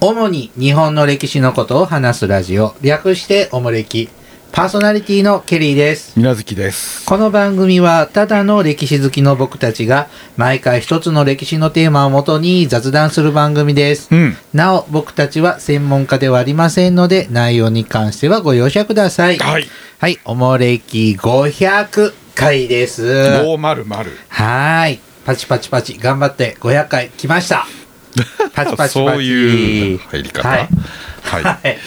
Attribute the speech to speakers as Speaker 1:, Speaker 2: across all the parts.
Speaker 1: 主に日本の歴史のことを話すラジオ、略しておもれき。パーソナリティのケリーです。
Speaker 2: みなずきです。
Speaker 1: この番組は、ただの歴史好きの僕たちが、毎回一つの歴史のテーマをもとに雑談する番組です。
Speaker 2: うん。
Speaker 1: なお、僕たちは専門家ではありませんので、内容に関してはご容赦ください。
Speaker 2: はい。
Speaker 1: はい、おもれき500回です。
Speaker 2: 五マルマル。
Speaker 1: はーい。パチパチパチ、頑張って500回来ま した。パチパチパチ。
Speaker 2: そういう入り方。
Speaker 1: は
Speaker 2: はいい。。
Speaker 1: は
Speaker 2: あ
Speaker 1: い、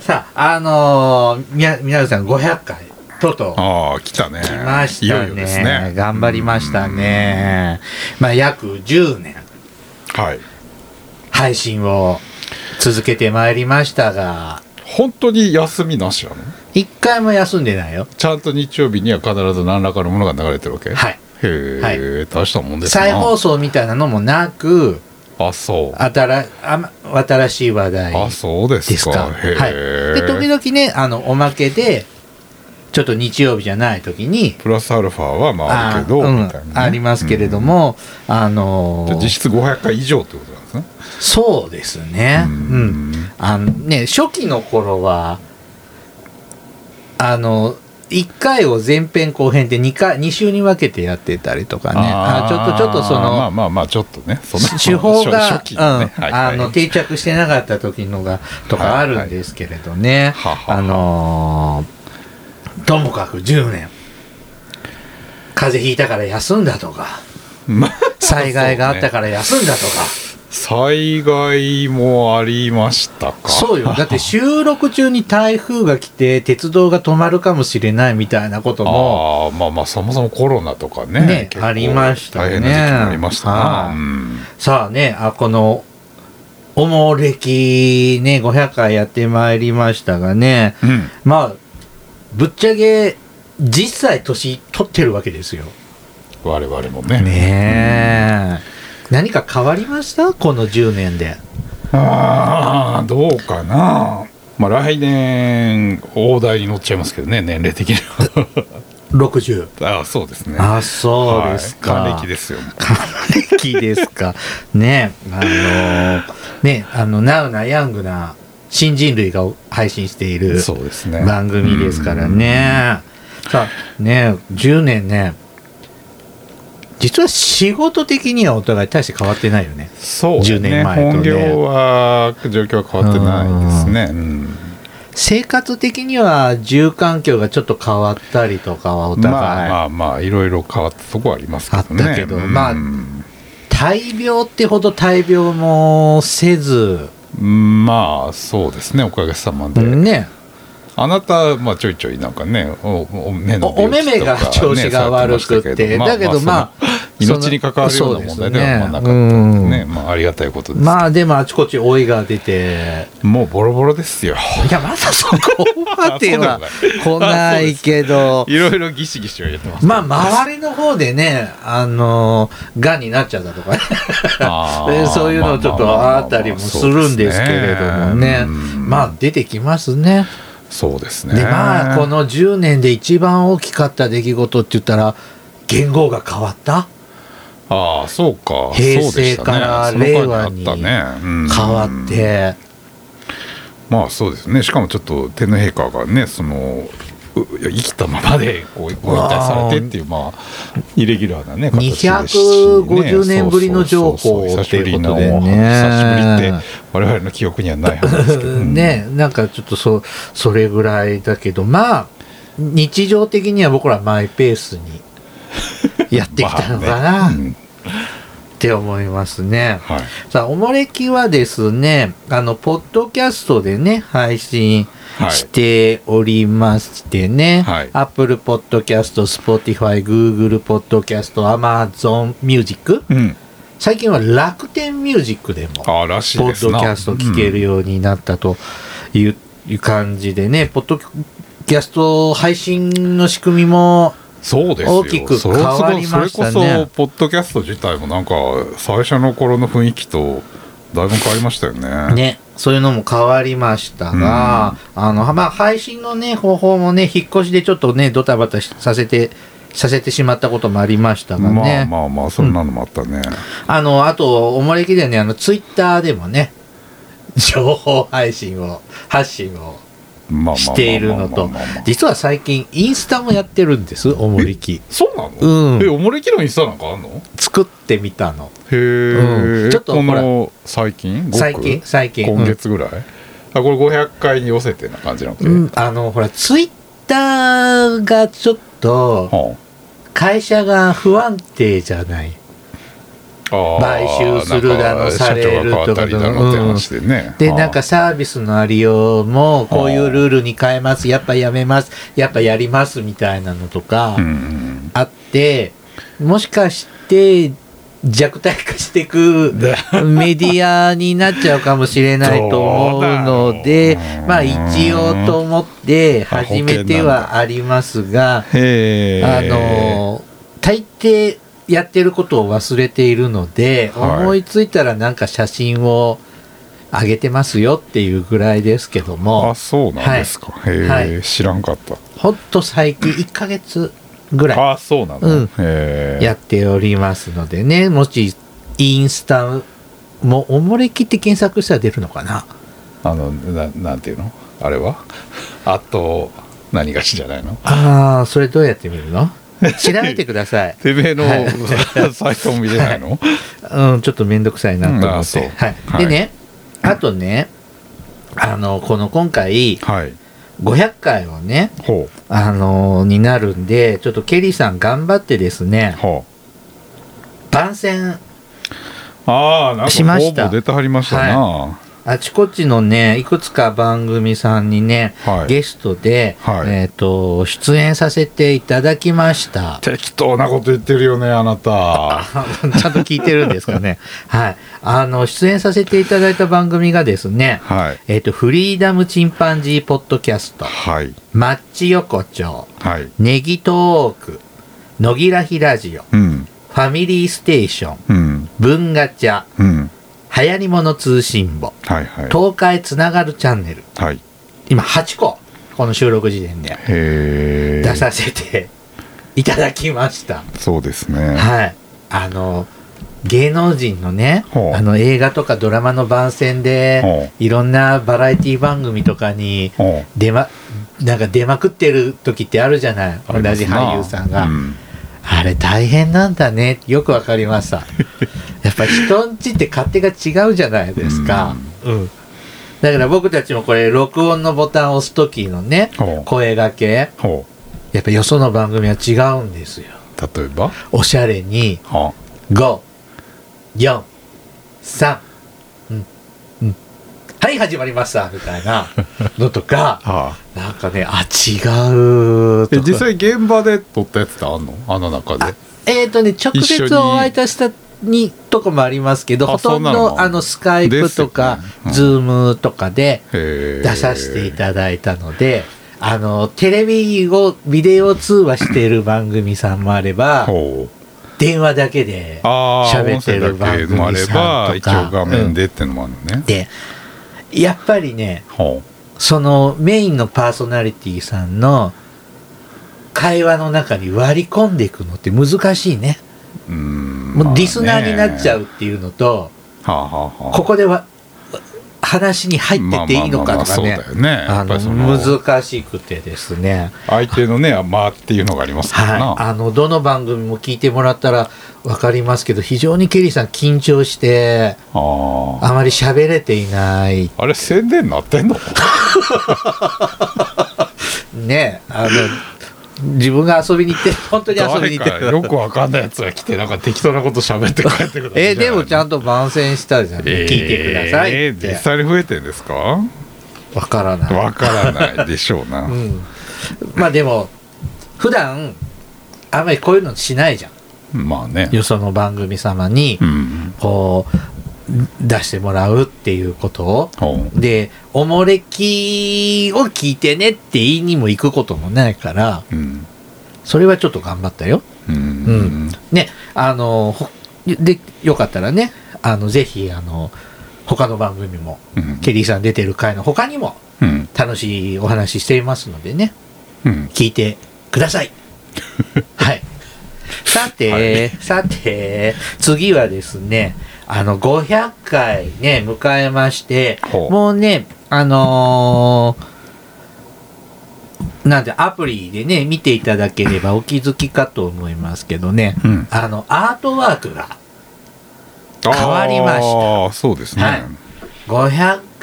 Speaker 1: さあ、あのー、みや、みなるさん500回、とうとう。
Speaker 2: あー、来たね。
Speaker 1: 来ましたね
Speaker 2: いよいよですね。
Speaker 1: 頑張りましたね。まあ、約10年
Speaker 2: うん。はい。
Speaker 1: 配信を続けてまいりましたが、
Speaker 2: 本当に休みなしなの
Speaker 1: 一回も休んでないよ。
Speaker 2: ちゃんと日曜日には必ず何らかのものが流れてるわけ
Speaker 1: はい。
Speaker 2: へえ、
Speaker 1: は
Speaker 2: 大したもんですな
Speaker 1: 再放送みたいなのもなく、
Speaker 2: あ、そう。
Speaker 1: あたら、あま新しい話題。
Speaker 2: あ、そうで
Speaker 1: ですす
Speaker 2: か。
Speaker 1: か。
Speaker 2: へえ、
Speaker 1: はい。で、時々ね、あの、おまけで、ちょっと日曜日じゃない時に、
Speaker 2: プラスアルファはまああるけど、
Speaker 1: あうん
Speaker 2: みたいなね、
Speaker 1: ありますけれど
Speaker 2: も。
Speaker 1: も、あのー
Speaker 2: じゃあ実質500回以上ってことなんですね。
Speaker 1: そうですね。う
Speaker 2: うんん。
Speaker 1: あのね、初期の頃は、あの、1回を前編後編で2回、2週に分けてやってたりとかね。あ
Speaker 2: ー
Speaker 1: ちょっとちょっとその、
Speaker 2: まあまあまあ、ちょっとね。その
Speaker 1: 手法が、
Speaker 2: 初初期のね
Speaker 1: うん
Speaker 2: はいはい
Speaker 1: あの定着してなかった時のがとかあるんですけれどね、
Speaker 2: はいはいはは
Speaker 1: あのーともかく10年風邪ひいたから休んだとか
Speaker 2: まあ
Speaker 1: 災害があった
Speaker 2: そうね
Speaker 1: から休んだとか
Speaker 2: 災害もありましたか
Speaker 1: そう,、よだって収録中に台風が来て鉄道が止まるかもしれないみたいなことも
Speaker 2: ああまあまあそもそもコロナとかね
Speaker 1: ね
Speaker 2: 結構
Speaker 1: ありましたね
Speaker 2: 大変な時期もありましたな、
Speaker 1: はい
Speaker 2: うん
Speaker 1: さあねあこのおもれきね500回やってまいりましたがね
Speaker 2: うん
Speaker 1: まあぶっちゃけ実際年取ってるわけですよ。
Speaker 2: 我々もね
Speaker 1: ねえ。何か変わりましたこの10年で。
Speaker 2: ああどうかなまあ来年大台に乗っちゃいますけどね年齢的には
Speaker 1: 60。
Speaker 2: ああそうですね
Speaker 1: あ、そうですか。
Speaker 2: はい還暦ですよ
Speaker 1: 還暦ですか。ねえ、あの、ねえ、あの、ナウなヤングな新人類が配信している
Speaker 2: そうですね
Speaker 1: 番組ですからね。さあ、ねえ、10年ね。実は仕事的にはお互い大して変わってないよね。
Speaker 2: そう
Speaker 1: 10
Speaker 2: ね
Speaker 1: 年前とね
Speaker 2: 本業は状況は変わってないですね、うん
Speaker 1: 生活的には住環境がちょっと変わったりとかはお互い、
Speaker 2: まあまあまあいろいろ変わったとこはありますけどね
Speaker 1: あったけど
Speaker 2: うん
Speaker 1: まあ大病ってほど大病もせず
Speaker 2: まあそうですねおかげさまで、
Speaker 1: ね
Speaker 2: あなた、まあ、ちょいちょいなんかねおお目の
Speaker 1: おお目目が
Speaker 2: 病気とか
Speaker 1: 調
Speaker 2: ね
Speaker 1: 子が悪くて
Speaker 2: されました
Speaker 1: だけどまあ
Speaker 2: そ
Speaker 1: そ
Speaker 2: の
Speaker 1: の
Speaker 2: 命に関わるような問題ではまあなかった
Speaker 1: そうですね
Speaker 2: んでねまあ、ありがたいことです、
Speaker 1: まあでもあちこち老いが出て
Speaker 2: もうボロボロですよ
Speaker 1: いやまだそこまでは
Speaker 2: あそうで
Speaker 1: 来
Speaker 2: もな い
Speaker 1: ないけど
Speaker 2: いろいろギシギシは言ってます
Speaker 1: まあ周りの方でねあのがんになっちゃったとかね
Speaker 2: あ
Speaker 1: で
Speaker 2: ー
Speaker 1: そういうのちょっとあったりもするんですけれどもねまあ出てきますね。
Speaker 2: そうですね
Speaker 1: でまあこの10年で一番大きかった出来事って言ったら言語が変わった
Speaker 2: ああそうか
Speaker 1: 平成
Speaker 2: そうでしたね
Speaker 1: から
Speaker 2: その間
Speaker 1: 令和に
Speaker 2: あったねうん
Speaker 1: 変わって、
Speaker 2: まあそうですねしかもちょっと天皇陛下がねそのう生きたままでごご引退されてっていうまあイレギュラーなね形ですしね
Speaker 1: 250年ぶりの上皇
Speaker 2: そうそうそう久しぶりの
Speaker 1: っていうことでね
Speaker 2: 久しぶりって我々の記憶にはない話ですけど
Speaker 1: ねなんかちょっとそそれぐらいだけどまあ日常的には僕らマイペースに やってきたのか
Speaker 2: ま
Speaker 1: な
Speaker 2: あ
Speaker 1: っ
Speaker 2: ねうん
Speaker 1: て思いますね。
Speaker 2: はい
Speaker 1: さあ、おもれきはですね、あの、ポッドキャストでね、配信
Speaker 2: はい
Speaker 1: しておりましてね、
Speaker 2: はい
Speaker 1: Apple Podcast、Spotify、Google Podcast、Amazon Music、
Speaker 2: うん
Speaker 1: 最近は楽天ミュージックでも、ポ
Speaker 2: ああらしいです
Speaker 1: ッ
Speaker 2: な
Speaker 1: ドキャスト聞けるようになったという,、いう感じでね、ポッドキャスト配信の仕組みも、
Speaker 2: そうですよ
Speaker 1: 大きく変わりましたね
Speaker 2: それこそポッドキャスト自体もなんか最初の頃の雰囲気とだいぶ変わりましたよね
Speaker 1: ね、そういうのも変わりましたが、あの、まあ、配信のね、方法もね、引っ越しでちょっとね、ドタバタしさせて、させてしまったこともありましたがね。
Speaker 2: まあまあまあそんなのもあったね、
Speaker 1: あの、あと、おもれきでね、あの、ツイッターでもね、情報配信を発信を
Speaker 2: まあまあまあまあまあまあ
Speaker 1: しているのと実は最近インスタもやってるんですおもれき
Speaker 2: そうなの、
Speaker 1: うん
Speaker 2: えおもれきのインスタなんかあんのへ
Speaker 1: 作ってみたの
Speaker 2: え、
Speaker 1: うんちょっと
Speaker 2: こ
Speaker 1: ほら
Speaker 2: の最近ごく
Speaker 1: 最近最近
Speaker 2: 今月ぐらい、あこれ500回に寄せてな感じなので、
Speaker 1: うん、あのほらツイッターがちょっと
Speaker 2: は
Speaker 1: 会社が不安定じゃない
Speaker 2: ああー
Speaker 1: 買収するだの
Speaker 2: なんか
Speaker 1: される
Speaker 2: 社長が変わったりだのって話でね、
Speaker 1: で
Speaker 2: はあ
Speaker 1: なんかサービスのありようもこういうルールに変えますやっぱやめますやっぱやりますみたいなのとか
Speaker 2: うんうん
Speaker 1: あって、もしかして弱体化してい く
Speaker 2: で
Speaker 1: メディアになっちゃうかもしれないと思うので
Speaker 2: どうだろう
Speaker 1: まあ一応と思って始めてはありますが。
Speaker 2: へえ
Speaker 1: あの大抵やってることを忘れているので、
Speaker 2: はい
Speaker 1: 思いついたらなんか写真を上げてますよっていうぐらいですけども
Speaker 2: あそうなんですか、へえ、
Speaker 1: はい
Speaker 2: 知らんかった
Speaker 1: ほんと最近1ヶ月ぐらい
Speaker 2: あそうなんだ、
Speaker 1: うん
Speaker 2: へえ
Speaker 1: やっておりますのでねもしインスタもおもれきって検索したら出るのかな
Speaker 2: あのななんていうのあれは あと何がしじゃないの
Speaker 1: ああそれどうやって見る の調べてください、
Speaker 2: てめえの、
Speaker 1: は
Speaker 2: サイトも見れないの、
Speaker 1: うん、ちょっとめんどくさいなと
Speaker 2: うん
Speaker 1: 思
Speaker 2: あー
Speaker 1: っ
Speaker 2: そ
Speaker 1: て、
Speaker 2: う
Speaker 1: はい
Speaker 2: はい
Speaker 1: でねあとねあのこの今回
Speaker 2: はい
Speaker 1: 500回をね、
Speaker 2: ほう
Speaker 1: あのーになるんで、ちょっとケリーさん頑張ってですね、
Speaker 2: ほう
Speaker 1: 番宣、
Speaker 2: ああなん
Speaker 1: し
Speaker 2: か
Speaker 1: ま
Speaker 2: ほ
Speaker 1: した
Speaker 2: ぼ出てはりましたなは
Speaker 1: あちこちのね、いくつか番組さんにね、
Speaker 2: い、
Speaker 1: ゲストで、
Speaker 2: はい
Speaker 1: えっ、と、出演させていただきました。
Speaker 2: 適当なこと言ってるよねあなた
Speaker 1: あちゃんと聞いてるんですかね。はい。あの、出演させていただいた番組がですね、
Speaker 2: はい
Speaker 1: えっ、と、フリーダムチンパンジーポッドキャスト、
Speaker 2: はい
Speaker 1: マッチ横丁、
Speaker 2: はい
Speaker 1: ネギトーク、野木らひラジオ、フ
Speaker 2: うん
Speaker 1: ァミリーステーション、
Speaker 2: うん
Speaker 1: 文ガチャ、
Speaker 2: うん
Speaker 1: 流行り物通信簿、
Speaker 2: はいはい
Speaker 1: 東海つながるチャンネル、
Speaker 2: はい
Speaker 1: 今8個、この収録時点で
Speaker 2: へ
Speaker 1: 出
Speaker 2: え
Speaker 1: させ ていただきました。
Speaker 2: そうですね
Speaker 1: はい。あの、芸能人のね、
Speaker 2: ほう
Speaker 1: あの映画とかドラマの番宣
Speaker 2: ほ
Speaker 1: で、いろんなバラエティ番組とかに
Speaker 2: ほう
Speaker 1: 出ま、なんか出まくってる時ってあるじゃない。
Speaker 2: あ
Speaker 1: 同
Speaker 2: ります
Speaker 1: じ
Speaker 2: な
Speaker 1: 俳優さんが。
Speaker 2: うん
Speaker 1: あれ大変なんだね。よくわかりました。やっぱ人んちって勝手が違うじゃないですか。うん。だから僕たちもこれ録音のボタンを押す時のね
Speaker 2: ほう、
Speaker 1: 声掛け、
Speaker 2: ほ
Speaker 1: やっぱよその番組は違うんですよ。
Speaker 2: う例えば
Speaker 1: おしゃれに、
Speaker 2: は
Speaker 1: 5、4、3、うん、うん。はい、始まりましたみたいなのとか、
Speaker 2: あ
Speaker 1: なんかね、あ、違う
Speaker 2: え
Speaker 1: とか。
Speaker 2: 実際現場で撮ったやつってあんのあの中で
Speaker 1: えー、とね、直
Speaker 2: 一緒
Speaker 1: 接
Speaker 2: に
Speaker 1: お会いいたしたにとこもありますけど、
Speaker 2: あ
Speaker 1: ほとん
Speaker 2: そうな
Speaker 1: ど
Speaker 2: の
Speaker 1: あのスカイプとか、
Speaker 2: ですよねう
Speaker 1: ズー
Speaker 2: ん
Speaker 1: ムとかで
Speaker 2: 出
Speaker 1: 出させていただいたので、あの、テレビを、ビデオ通話している番組さんもあれば、
Speaker 2: ほう
Speaker 1: 電話だけで、
Speaker 2: ああ
Speaker 1: 喋ってる
Speaker 2: 音声だけのもあれ
Speaker 1: 番組
Speaker 2: ば
Speaker 1: さんと
Speaker 2: 一
Speaker 1: か
Speaker 2: 応画面でってのもあるのね、
Speaker 1: で、やっぱりね、
Speaker 2: ほ
Speaker 1: そのメインのパーソナリティさんの会話の中に割り込んでいくのって難しいね。
Speaker 2: ううん
Speaker 1: もうリスナーになっちゃ
Speaker 2: ま
Speaker 1: うっていうのと、
Speaker 2: あねはあはあはあ
Speaker 1: ここでは話に入ってていいのかとか
Speaker 2: まあ
Speaker 1: ね
Speaker 2: まあまあまあそうだよねや
Speaker 1: あ
Speaker 2: っぱりそ
Speaker 1: の
Speaker 2: の
Speaker 1: 難しくてですね、
Speaker 2: 相手のね間っていうのがありますからな、
Speaker 1: はい、あのどの番組も聞いてもらったら分かりますけど非常にケリーさん緊張して
Speaker 2: ああ
Speaker 1: あまり喋れていない
Speaker 2: あれ宣伝なって んの
Speaker 1: ねあの自分が遊びに行 って本当に遊び
Speaker 2: 誰
Speaker 1: に行っ
Speaker 2: か
Speaker 1: て
Speaker 2: よくわかんないやつが来てなんか適当なこと喋って帰ってくる
Speaker 1: えでもちゃ
Speaker 2: と
Speaker 1: んと番宣したじゃん、聞いてください
Speaker 2: え
Speaker 1: っ
Speaker 2: ー、
Speaker 1: て
Speaker 2: 実際に増えてんですか
Speaker 1: 分からない
Speaker 2: わからないでしょうな、
Speaker 1: うん、まあでも普段あんまりこういうのしないじゃん
Speaker 2: まあね
Speaker 1: よその番組様に
Speaker 2: うん
Speaker 1: こう出してもらうっていうことを
Speaker 2: ほう
Speaker 1: でおもれきを聞いてねって言いにも行くこともないから
Speaker 2: うん
Speaker 1: それはちょっと頑張ったよ
Speaker 2: うん、
Speaker 1: うんねあのほでよかったらねあのぜひあの他の番組も
Speaker 2: うん
Speaker 1: ケリーさん出てる回の他にも
Speaker 2: うん
Speaker 1: 楽しいお話ししていますのでね
Speaker 2: うん
Speaker 1: 聞いてくだ さい。はい。さて、
Speaker 2: は
Speaker 1: さて、次はですね、あの、500回ね、迎えまして、
Speaker 2: ほう
Speaker 1: もうね、あのーなんて、アプリでね、見ていただければお気づきかと思いますけどね、
Speaker 2: うん
Speaker 1: あの、アートワークが
Speaker 2: 変
Speaker 1: わりました
Speaker 2: ああそうですね、
Speaker 1: はい500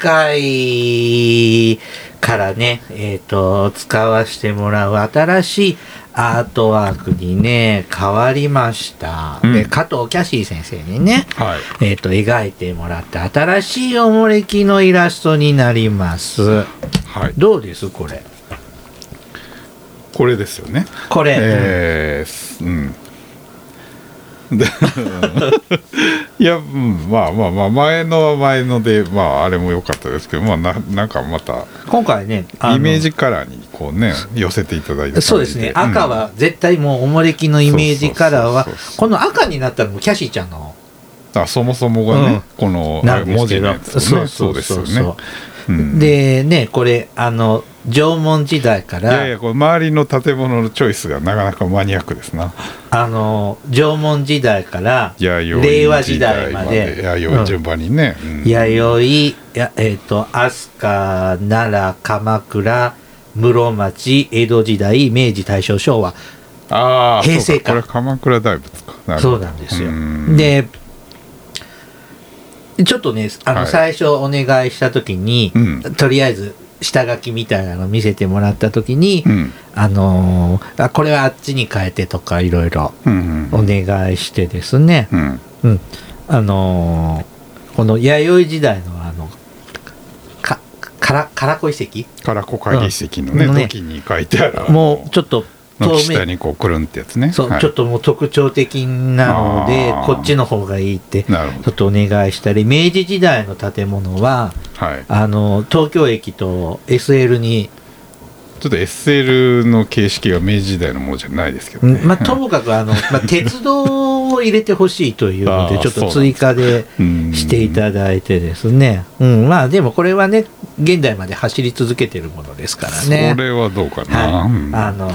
Speaker 1: 回からね、えっ、と、使わせてもらう新しいアートワークにね、変わりました。
Speaker 2: う
Speaker 1: で、
Speaker 2: ん
Speaker 1: 加藤キャシー先生にね、
Speaker 2: はい
Speaker 1: えっ、と、描いてもらった新しいおもれきのイラストになります。
Speaker 2: はい、
Speaker 1: どうですこれ。
Speaker 2: これですよね
Speaker 1: これ。
Speaker 2: えーすうんで いや、うん、まあまあまあ前のは前のでまああれも良かったですけどまあななんかまた
Speaker 1: 今回ね、あの
Speaker 2: イメージカラーにこうね寄せていただいて
Speaker 1: そうですね。赤は絶対もうおもれきのイメージカラーは
Speaker 2: そうそうそうそ、う
Speaker 1: この赤になったのもキャシーちゃんの
Speaker 2: あそもそもがね、
Speaker 1: うん
Speaker 2: この
Speaker 1: なんです
Speaker 2: 文
Speaker 1: け
Speaker 2: 字
Speaker 1: ど、
Speaker 2: のやつ、ね、
Speaker 1: そうそうそう
Speaker 2: ですよ
Speaker 1: そ
Speaker 2: ね、う
Speaker 1: う、
Speaker 2: ん
Speaker 1: でねこれあの縄文時代か
Speaker 2: い
Speaker 1: ら
Speaker 2: やいやこれ周りの建物のチョイスがなかなかマニアックですな
Speaker 1: あの縄文時代から
Speaker 2: 弥生
Speaker 1: 令和時代まで
Speaker 2: 時代ま弥生順番にね、うん
Speaker 1: 弥生やえっ、と飛鳥奈良鎌倉室町江戸時代明治大正昭和
Speaker 2: ああ
Speaker 1: 平成
Speaker 2: そうかこれ鎌倉大仏かなるほ
Speaker 1: そ
Speaker 2: ど
Speaker 1: うなんですよ
Speaker 2: うん
Speaker 1: でちょっとねあ
Speaker 2: は
Speaker 1: の
Speaker 2: い
Speaker 1: 最初お願いした時に、
Speaker 2: うん
Speaker 1: とりあえず下書きみたいなの見せてもらった時に、
Speaker 2: うん
Speaker 1: あのーあこれはあっちに変えてとかいろいろ
Speaker 2: うん
Speaker 1: お願いしてですね、
Speaker 2: うん
Speaker 1: うんあのーこの弥生時代のあのかからからこ遺跡
Speaker 2: カラコカ遺跡のね,、
Speaker 1: うんね
Speaker 2: 時に書いてある
Speaker 1: もうちょっと
Speaker 2: の
Speaker 1: 透
Speaker 2: 下
Speaker 1: 明
Speaker 2: にこうくるんってやつね
Speaker 1: そう、
Speaker 2: はい
Speaker 1: ちょっともう特徴的なので
Speaker 2: あー
Speaker 1: こっちの方がいいってち
Speaker 2: なるほ
Speaker 1: ょっとお願いしたり明治時代の建物は
Speaker 2: どはい
Speaker 1: あの東京駅と SL に、
Speaker 2: ちょっと SL の形式が明治時代のものじゃないですけど
Speaker 1: う
Speaker 2: ね
Speaker 1: んまあ、ともかくあの、まあ、鉄道を入れてほしいというの
Speaker 2: あ
Speaker 1: で
Speaker 2: ー
Speaker 1: ちょっと追加で。
Speaker 2: うん
Speaker 1: していただいてですね、うん、まあでもこれはね現代まで走り続けてるものですからね
Speaker 2: それはどうかな、うん
Speaker 1: はい、あのー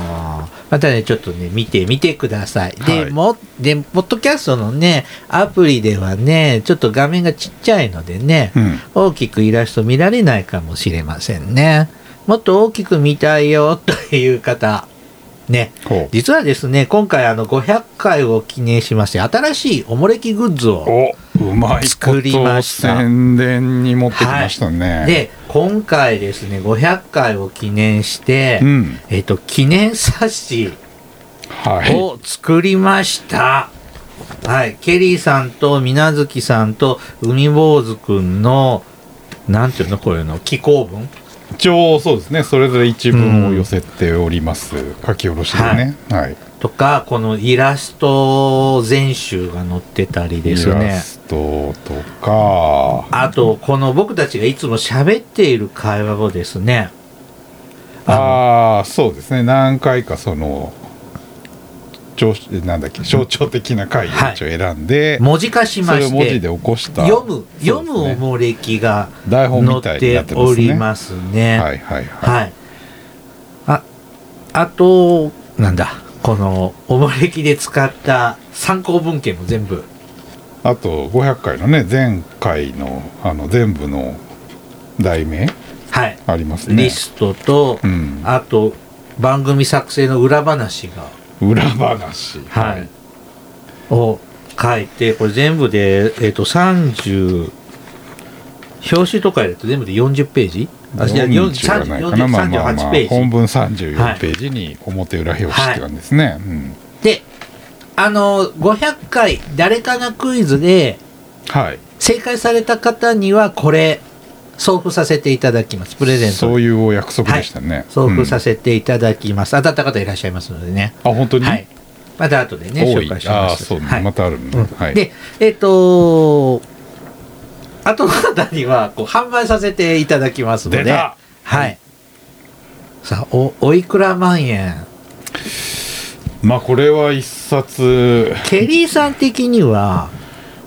Speaker 1: またねちょっとね見てみてくださいで、
Speaker 2: はい
Speaker 1: もでポッドキャストのねアプリではねちょっと画面がちっちゃいのでね、
Speaker 2: うん
Speaker 1: 大きくイラスト見られないかもしれませんねもっと大きく見たいよという方ね
Speaker 2: ほう
Speaker 1: 実はですね今回あの500回を記念しまして新しいおもれきグッズを
Speaker 2: おうまいこ
Speaker 1: 作り
Speaker 2: と
Speaker 1: ま
Speaker 2: を
Speaker 1: した
Speaker 2: 宣伝に持ってきましたね、
Speaker 1: で今回ですね500回を記念して、
Speaker 2: うん
Speaker 1: えっと記念冊子
Speaker 2: はい
Speaker 1: を作りました、はいケリーさんと水無月さんと海坊主くんのなんていうのこれの寄稿文
Speaker 2: 一応そうですねそれぞれ一文を寄せております、書き下ろしでねはい、
Speaker 1: とかこのイラスト全集が載ってたりで
Speaker 2: イ
Speaker 1: す
Speaker 2: ラ
Speaker 1: ね
Speaker 2: ストとか
Speaker 1: あとこの僕たちがいつも喋っている会話をですねあの
Speaker 2: ああそうですね何回かその象なんだっけ象徴的な回を
Speaker 1: はい
Speaker 2: 一応選んで、
Speaker 1: 文字化し
Speaker 2: そ
Speaker 1: ま
Speaker 2: れを
Speaker 1: し
Speaker 2: 文字
Speaker 1: て
Speaker 2: で起こした
Speaker 1: 読む、
Speaker 2: そう
Speaker 1: 読
Speaker 2: ですね
Speaker 1: むおもれきが
Speaker 2: 台本み
Speaker 1: 載
Speaker 2: たい
Speaker 1: っ
Speaker 2: になっててま
Speaker 1: お
Speaker 2: すね
Speaker 1: りますね。
Speaker 2: はいはいはい、
Speaker 1: はい。あ、あと、なんだ、この、おもれきで使った参考文献も全部。
Speaker 2: あと500回のね前回のあの全部の題名
Speaker 1: はい。
Speaker 2: ありますね
Speaker 1: リストと、
Speaker 2: うん
Speaker 1: あと、番組作成の裏話が、
Speaker 2: 裏話
Speaker 1: はい。を書いて、これ全部で、えっ、と、30、表紙とかやると全部で40ページあ、じゃあ40
Speaker 2: 40はないか
Speaker 1: 40
Speaker 2: なまあまあまあ
Speaker 1: 38ページ。
Speaker 2: 本文34ページに表裏表紙って感じですね、うん
Speaker 1: で、あの、500回、誰かがクイズで、
Speaker 2: はい
Speaker 1: 正解された方にはこれ送付させていただきますプレゼン
Speaker 2: そ
Speaker 1: ト
Speaker 2: ういうお約束でしたね、
Speaker 1: 送付さ
Speaker 2: せ、
Speaker 1: せていただきます、当たった方いらっしゃいますのでね
Speaker 2: あ本当に、
Speaker 1: はいまた後でね
Speaker 2: 多い
Speaker 1: 紹介しま
Speaker 2: ああ
Speaker 1: す
Speaker 2: そうね、
Speaker 1: はい
Speaker 2: またあるん
Speaker 1: うんでえっ、とあとの方にはこう販売させていただきますの
Speaker 2: 出
Speaker 1: で
Speaker 2: た
Speaker 1: はいさあおおいくら万円
Speaker 2: まあこれは一冊
Speaker 1: ケリーさん的には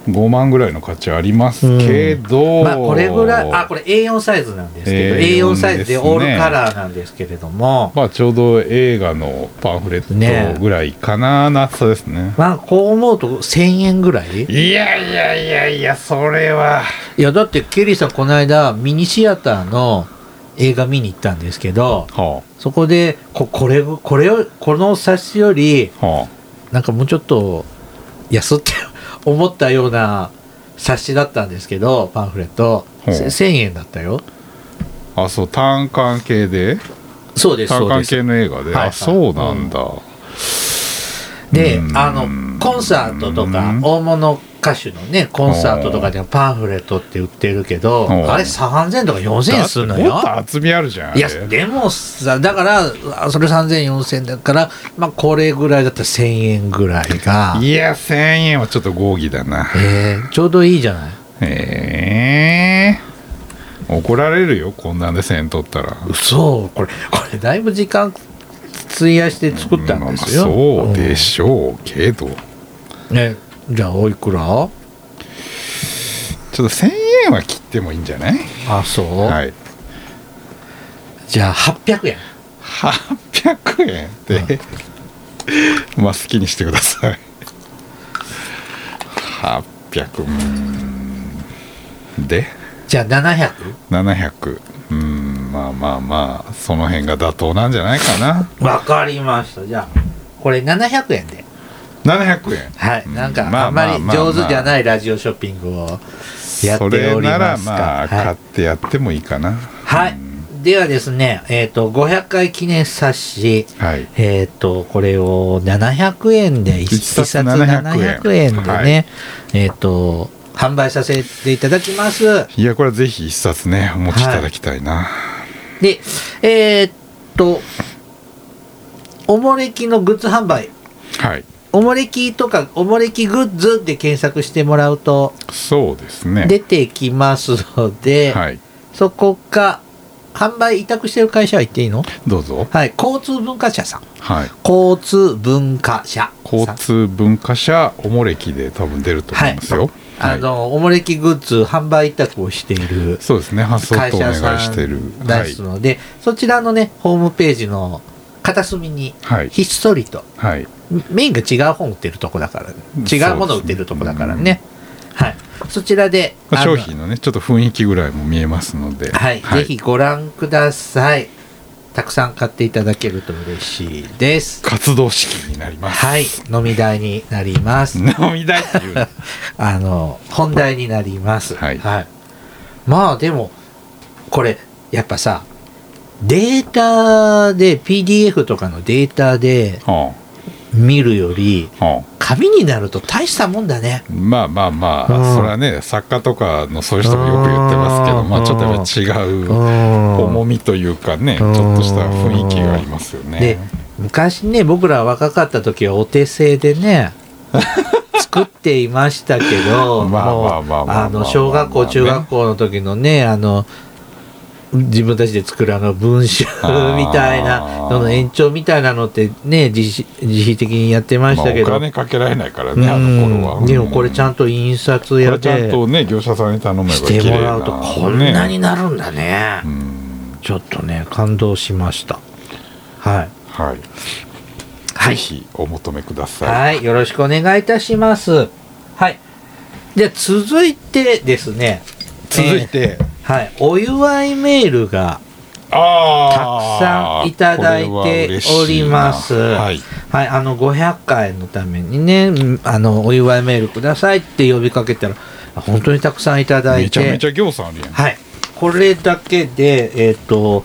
Speaker 2: 5万ぐらいの価値ありますけど、
Speaker 1: まあこれぐらいあこれ A4 サイズなんですけど
Speaker 2: A4
Speaker 1: A4 サイズで
Speaker 2: です
Speaker 1: オ
Speaker 2: ね
Speaker 1: ールカラーなんですけれども
Speaker 2: まあちょうど映画のパンフレットぐらいかななそうですね
Speaker 1: まあこう思うと1000円ぐらい
Speaker 2: いやいやいやいやそれはい
Speaker 1: やだってケリーさんこの間ミニシアターの映画見に行ったんですけど
Speaker 2: は
Speaker 1: そこでここれこれをこの冊子より
Speaker 2: あは
Speaker 1: なんかもうちょっと安って 思ったような冊子だったんですけどパンフレット
Speaker 2: ほう
Speaker 1: せ1000円だったよ
Speaker 2: ああそう単管系で
Speaker 1: そうですそう
Speaker 2: 単
Speaker 1: で
Speaker 2: 管
Speaker 1: す
Speaker 2: 系の映画
Speaker 1: は
Speaker 2: で、
Speaker 1: いはい
Speaker 2: あそうなんだ、
Speaker 1: で
Speaker 2: うん
Speaker 1: あのコンサートとか
Speaker 2: うん
Speaker 1: 大物歌手のねコンサートとかでもパンフレットって売ってるけど
Speaker 2: ほう
Speaker 1: あれ3000とか4000円するのよ
Speaker 2: だってもっと厚みあるじゃんあ
Speaker 1: い
Speaker 2: れ
Speaker 1: やでもさだからあそれ30004000だからまあこれぐらいだったら1000円ぐらいが、
Speaker 2: いや1000円はちょっと合議だな
Speaker 1: えーちょうどいいじゃない
Speaker 2: ええ怒られるよこんなんで1000円取ったら
Speaker 1: 嘘これこれだいぶ時間費やして作ったんですよ、
Speaker 2: まあそうでしょうけど、
Speaker 1: うんねじゃあおいくら
Speaker 2: ちょっと1000円は切ってもいいんじゃない
Speaker 1: あそう、
Speaker 2: はい
Speaker 1: じゃあ800円
Speaker 2: 800円で、まあ好きにしてください800うんで
Speaker 1: じゃあ700
Speaker 2: 700うんまあまあまあその辺が妥当なんじゃないかな
Speaker 1: わかりましたじゃあこれ700円で
Speaker 2: 700円
Speaker 1: はい
Speaker 2: うん
Speaker 1: なんか
Speaker 2: まあ
Speaker 1: あんまり
Speaker 2: まあまあま
Speaker 1: 上
Speaker 2: あ
Speaker 1: 手じゃないラジオショッピングをやって
Speaker 2: そ
Speaker 1: おりますか
Speaker 2: れならまあ
Speaker 1: はい
Speaker 2: 買ってやってもいいかな
Speaker 1: はい。ではですね、えっ、と、500回記念冊子、
Speaker 2: はい
Speaker 1: えっ、と、これを700円で、一
Speaker 2: 一冊
Speaker 1: 冊700
Speaker 2: 700
Speaker 1: 円でね、
Speaker 2: はい
Speaker 1: えっ、と、販売させていただきます。
Speaker 2: いやこれはぜひ一冊ねお持ちいただきたいな、
Speaker 1: で、えっ、と、おもれきのグッズ販売、
Speaker 2: はい
Speaker 1: おもれきとか、おもれきグッズで検索してもらうと
Speaker 2: そうですね
Speaker 1: 出てきますので、
Speaker 2: はい
Speaker 1: そこか、販売委託してる会社は言っていいの
Speaker 2: どうぞ
Speaker 1: はい、交通文化社さん。
Speaker 2: はい
Speaker 1: 交通文化社
Speaker 2: 交
Speaker 1: さん
Speaker 2: 通文化社おもれきで多分出ると思いますよ、は
Speaker 1: あ
Speaker 2: い
Speaker 1: のおもれきグッズ販売委託をしている
Speaker 2: そうですね発送
Speaker 1: 会
Speaker 2: とお
Speaker 1: 社
Speaker 2: 願い
Speaker 1: さ
Speaker 2: し
Speaker 1: ん
Speaker 2: てるはい
Speaker 1: ですので、そちらのねホームページの片隅に
Speaker 2: はい
Speaker 1: ひっそりと、
Speaker 2: はい
Speaker 1: メインが違う本売ってるとこだから違うもの売ってるとこだからねはいそちらで
Speaker 2: まあ
Speaker 1: あの
Speaker 2: 商品のねちょっと雰囲気ぐらいも見えますのでは
Speaker 1: はい、ぜひご覧くださいたくさん買っていただけると嬉しいです
Speaker 2: 活動式になります
Speaker 1: はい飲み代になります
Speaker 2: 飲み代ってい う
Speaker 1: あの本題になります、
Speaker 2: はい
Speaker 1: まあでもこれやっぱさデータで PDF とかのデータで
Speaker 2: は
Speaker 1: 見るより
Speaker 2: あはあ
Speaker 1: 紙になると大したもんだね
Speaker 2: まあまあまあ、
Speaker 1: うん
Speaker 2: それはね作家とかのそういう人もよく言ってますけど、
Speaker 1: うん
Speaker 2: まあちょっとやっぱ違う重みというかね、
Speaker 1: うん
Speaker 2: ちょっとした雰囲気がありますよね。
Speaker 1: で昔ね僕ら若かった時はお手製で ね作っていましたけど
Speaker 2: まあまあまあま
Speaker 1: も
Speaker 2: あまあ
Speaker 1: う
Speaker 2: まあ
Speaker 1: あの小学校
Speaker 2: ね
Speaker 1: 中学校の時のねあの自分たちで作るあの文集み
Speaker 2: あー
Speaker 1: たいなのの延長みたいなのってね自費自費的にやってま
Speaker 2: ま
Speaker 1: し
Speaker 2: あ
Speaker 1: たけ
Speaker 2: お
Speaker 1: ど、
Speaker 2: 金かけられないから
Speaker 1: う
Speaker 2: ね、あの頃は。
Speaker 1: んでもこれちゃ
Speaker 2: ん
Speaker 1: んと印刷
Speaker 2: とこ
Speaker 1: や
Speaker 2: れちゃん
Speaker 1: で
Speaker 2: とね業者さんに頼めば
Speaker 1: してもらうと
Speaker 2: 綺麗
Speaker 1: こんなになるんだね
Speaker 2: ねうん
Speaker 1: ちょっとね感動しましたはい
Speaker 2: はい、
Speaker 1: はい
Speaker 2: ぜひお求めください。
Speaker 1: はい、よろしくお願いいたします。はい。じゃあ続いてですね。
Speaker 2: 続いて、
Speaker 1: えーはい、お祝いメールが
Speaker 2: あ
Speaker 1: たくさ
Speaker 2: ー
Speaker 1: んいただいて
Speaker 2: これは嬉しいな
Speaker 1: おります
Speaker 2: はい、
Speaker 1: はい、あの500回のためにね、うんあのお祝いメールくださいって呼びかけたら、本当にたくさんいただい
Speaker 2: めちゃめ
Speaker 1: て
Speaker 2: ち、ゃ行さんあるやん。
Speaker 1: はい、これだけでえっ、と。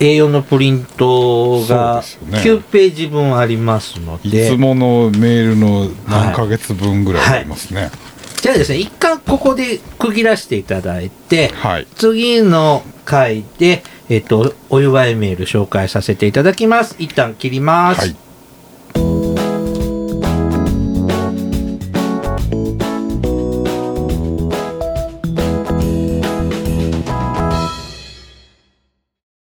Speaker 1: A4 のプリントが
Speaker 2: そうですよ
Speaker 1: 9
Speaker 2: ね
Speaker 1: ページ分ありますの
Speaker 2: い
Speaker 1: で、
Speaker 2: つものメールの何ヶ月分ぐらいありますね。
Speaker 1: じゃあですね一回ここで区切らせていただいて、
Speaker 2: はい。
Speaker 1: 次の回で、えっと、お祝いメール紹介させていただきます。一旦切ります。
Speaker 2: はい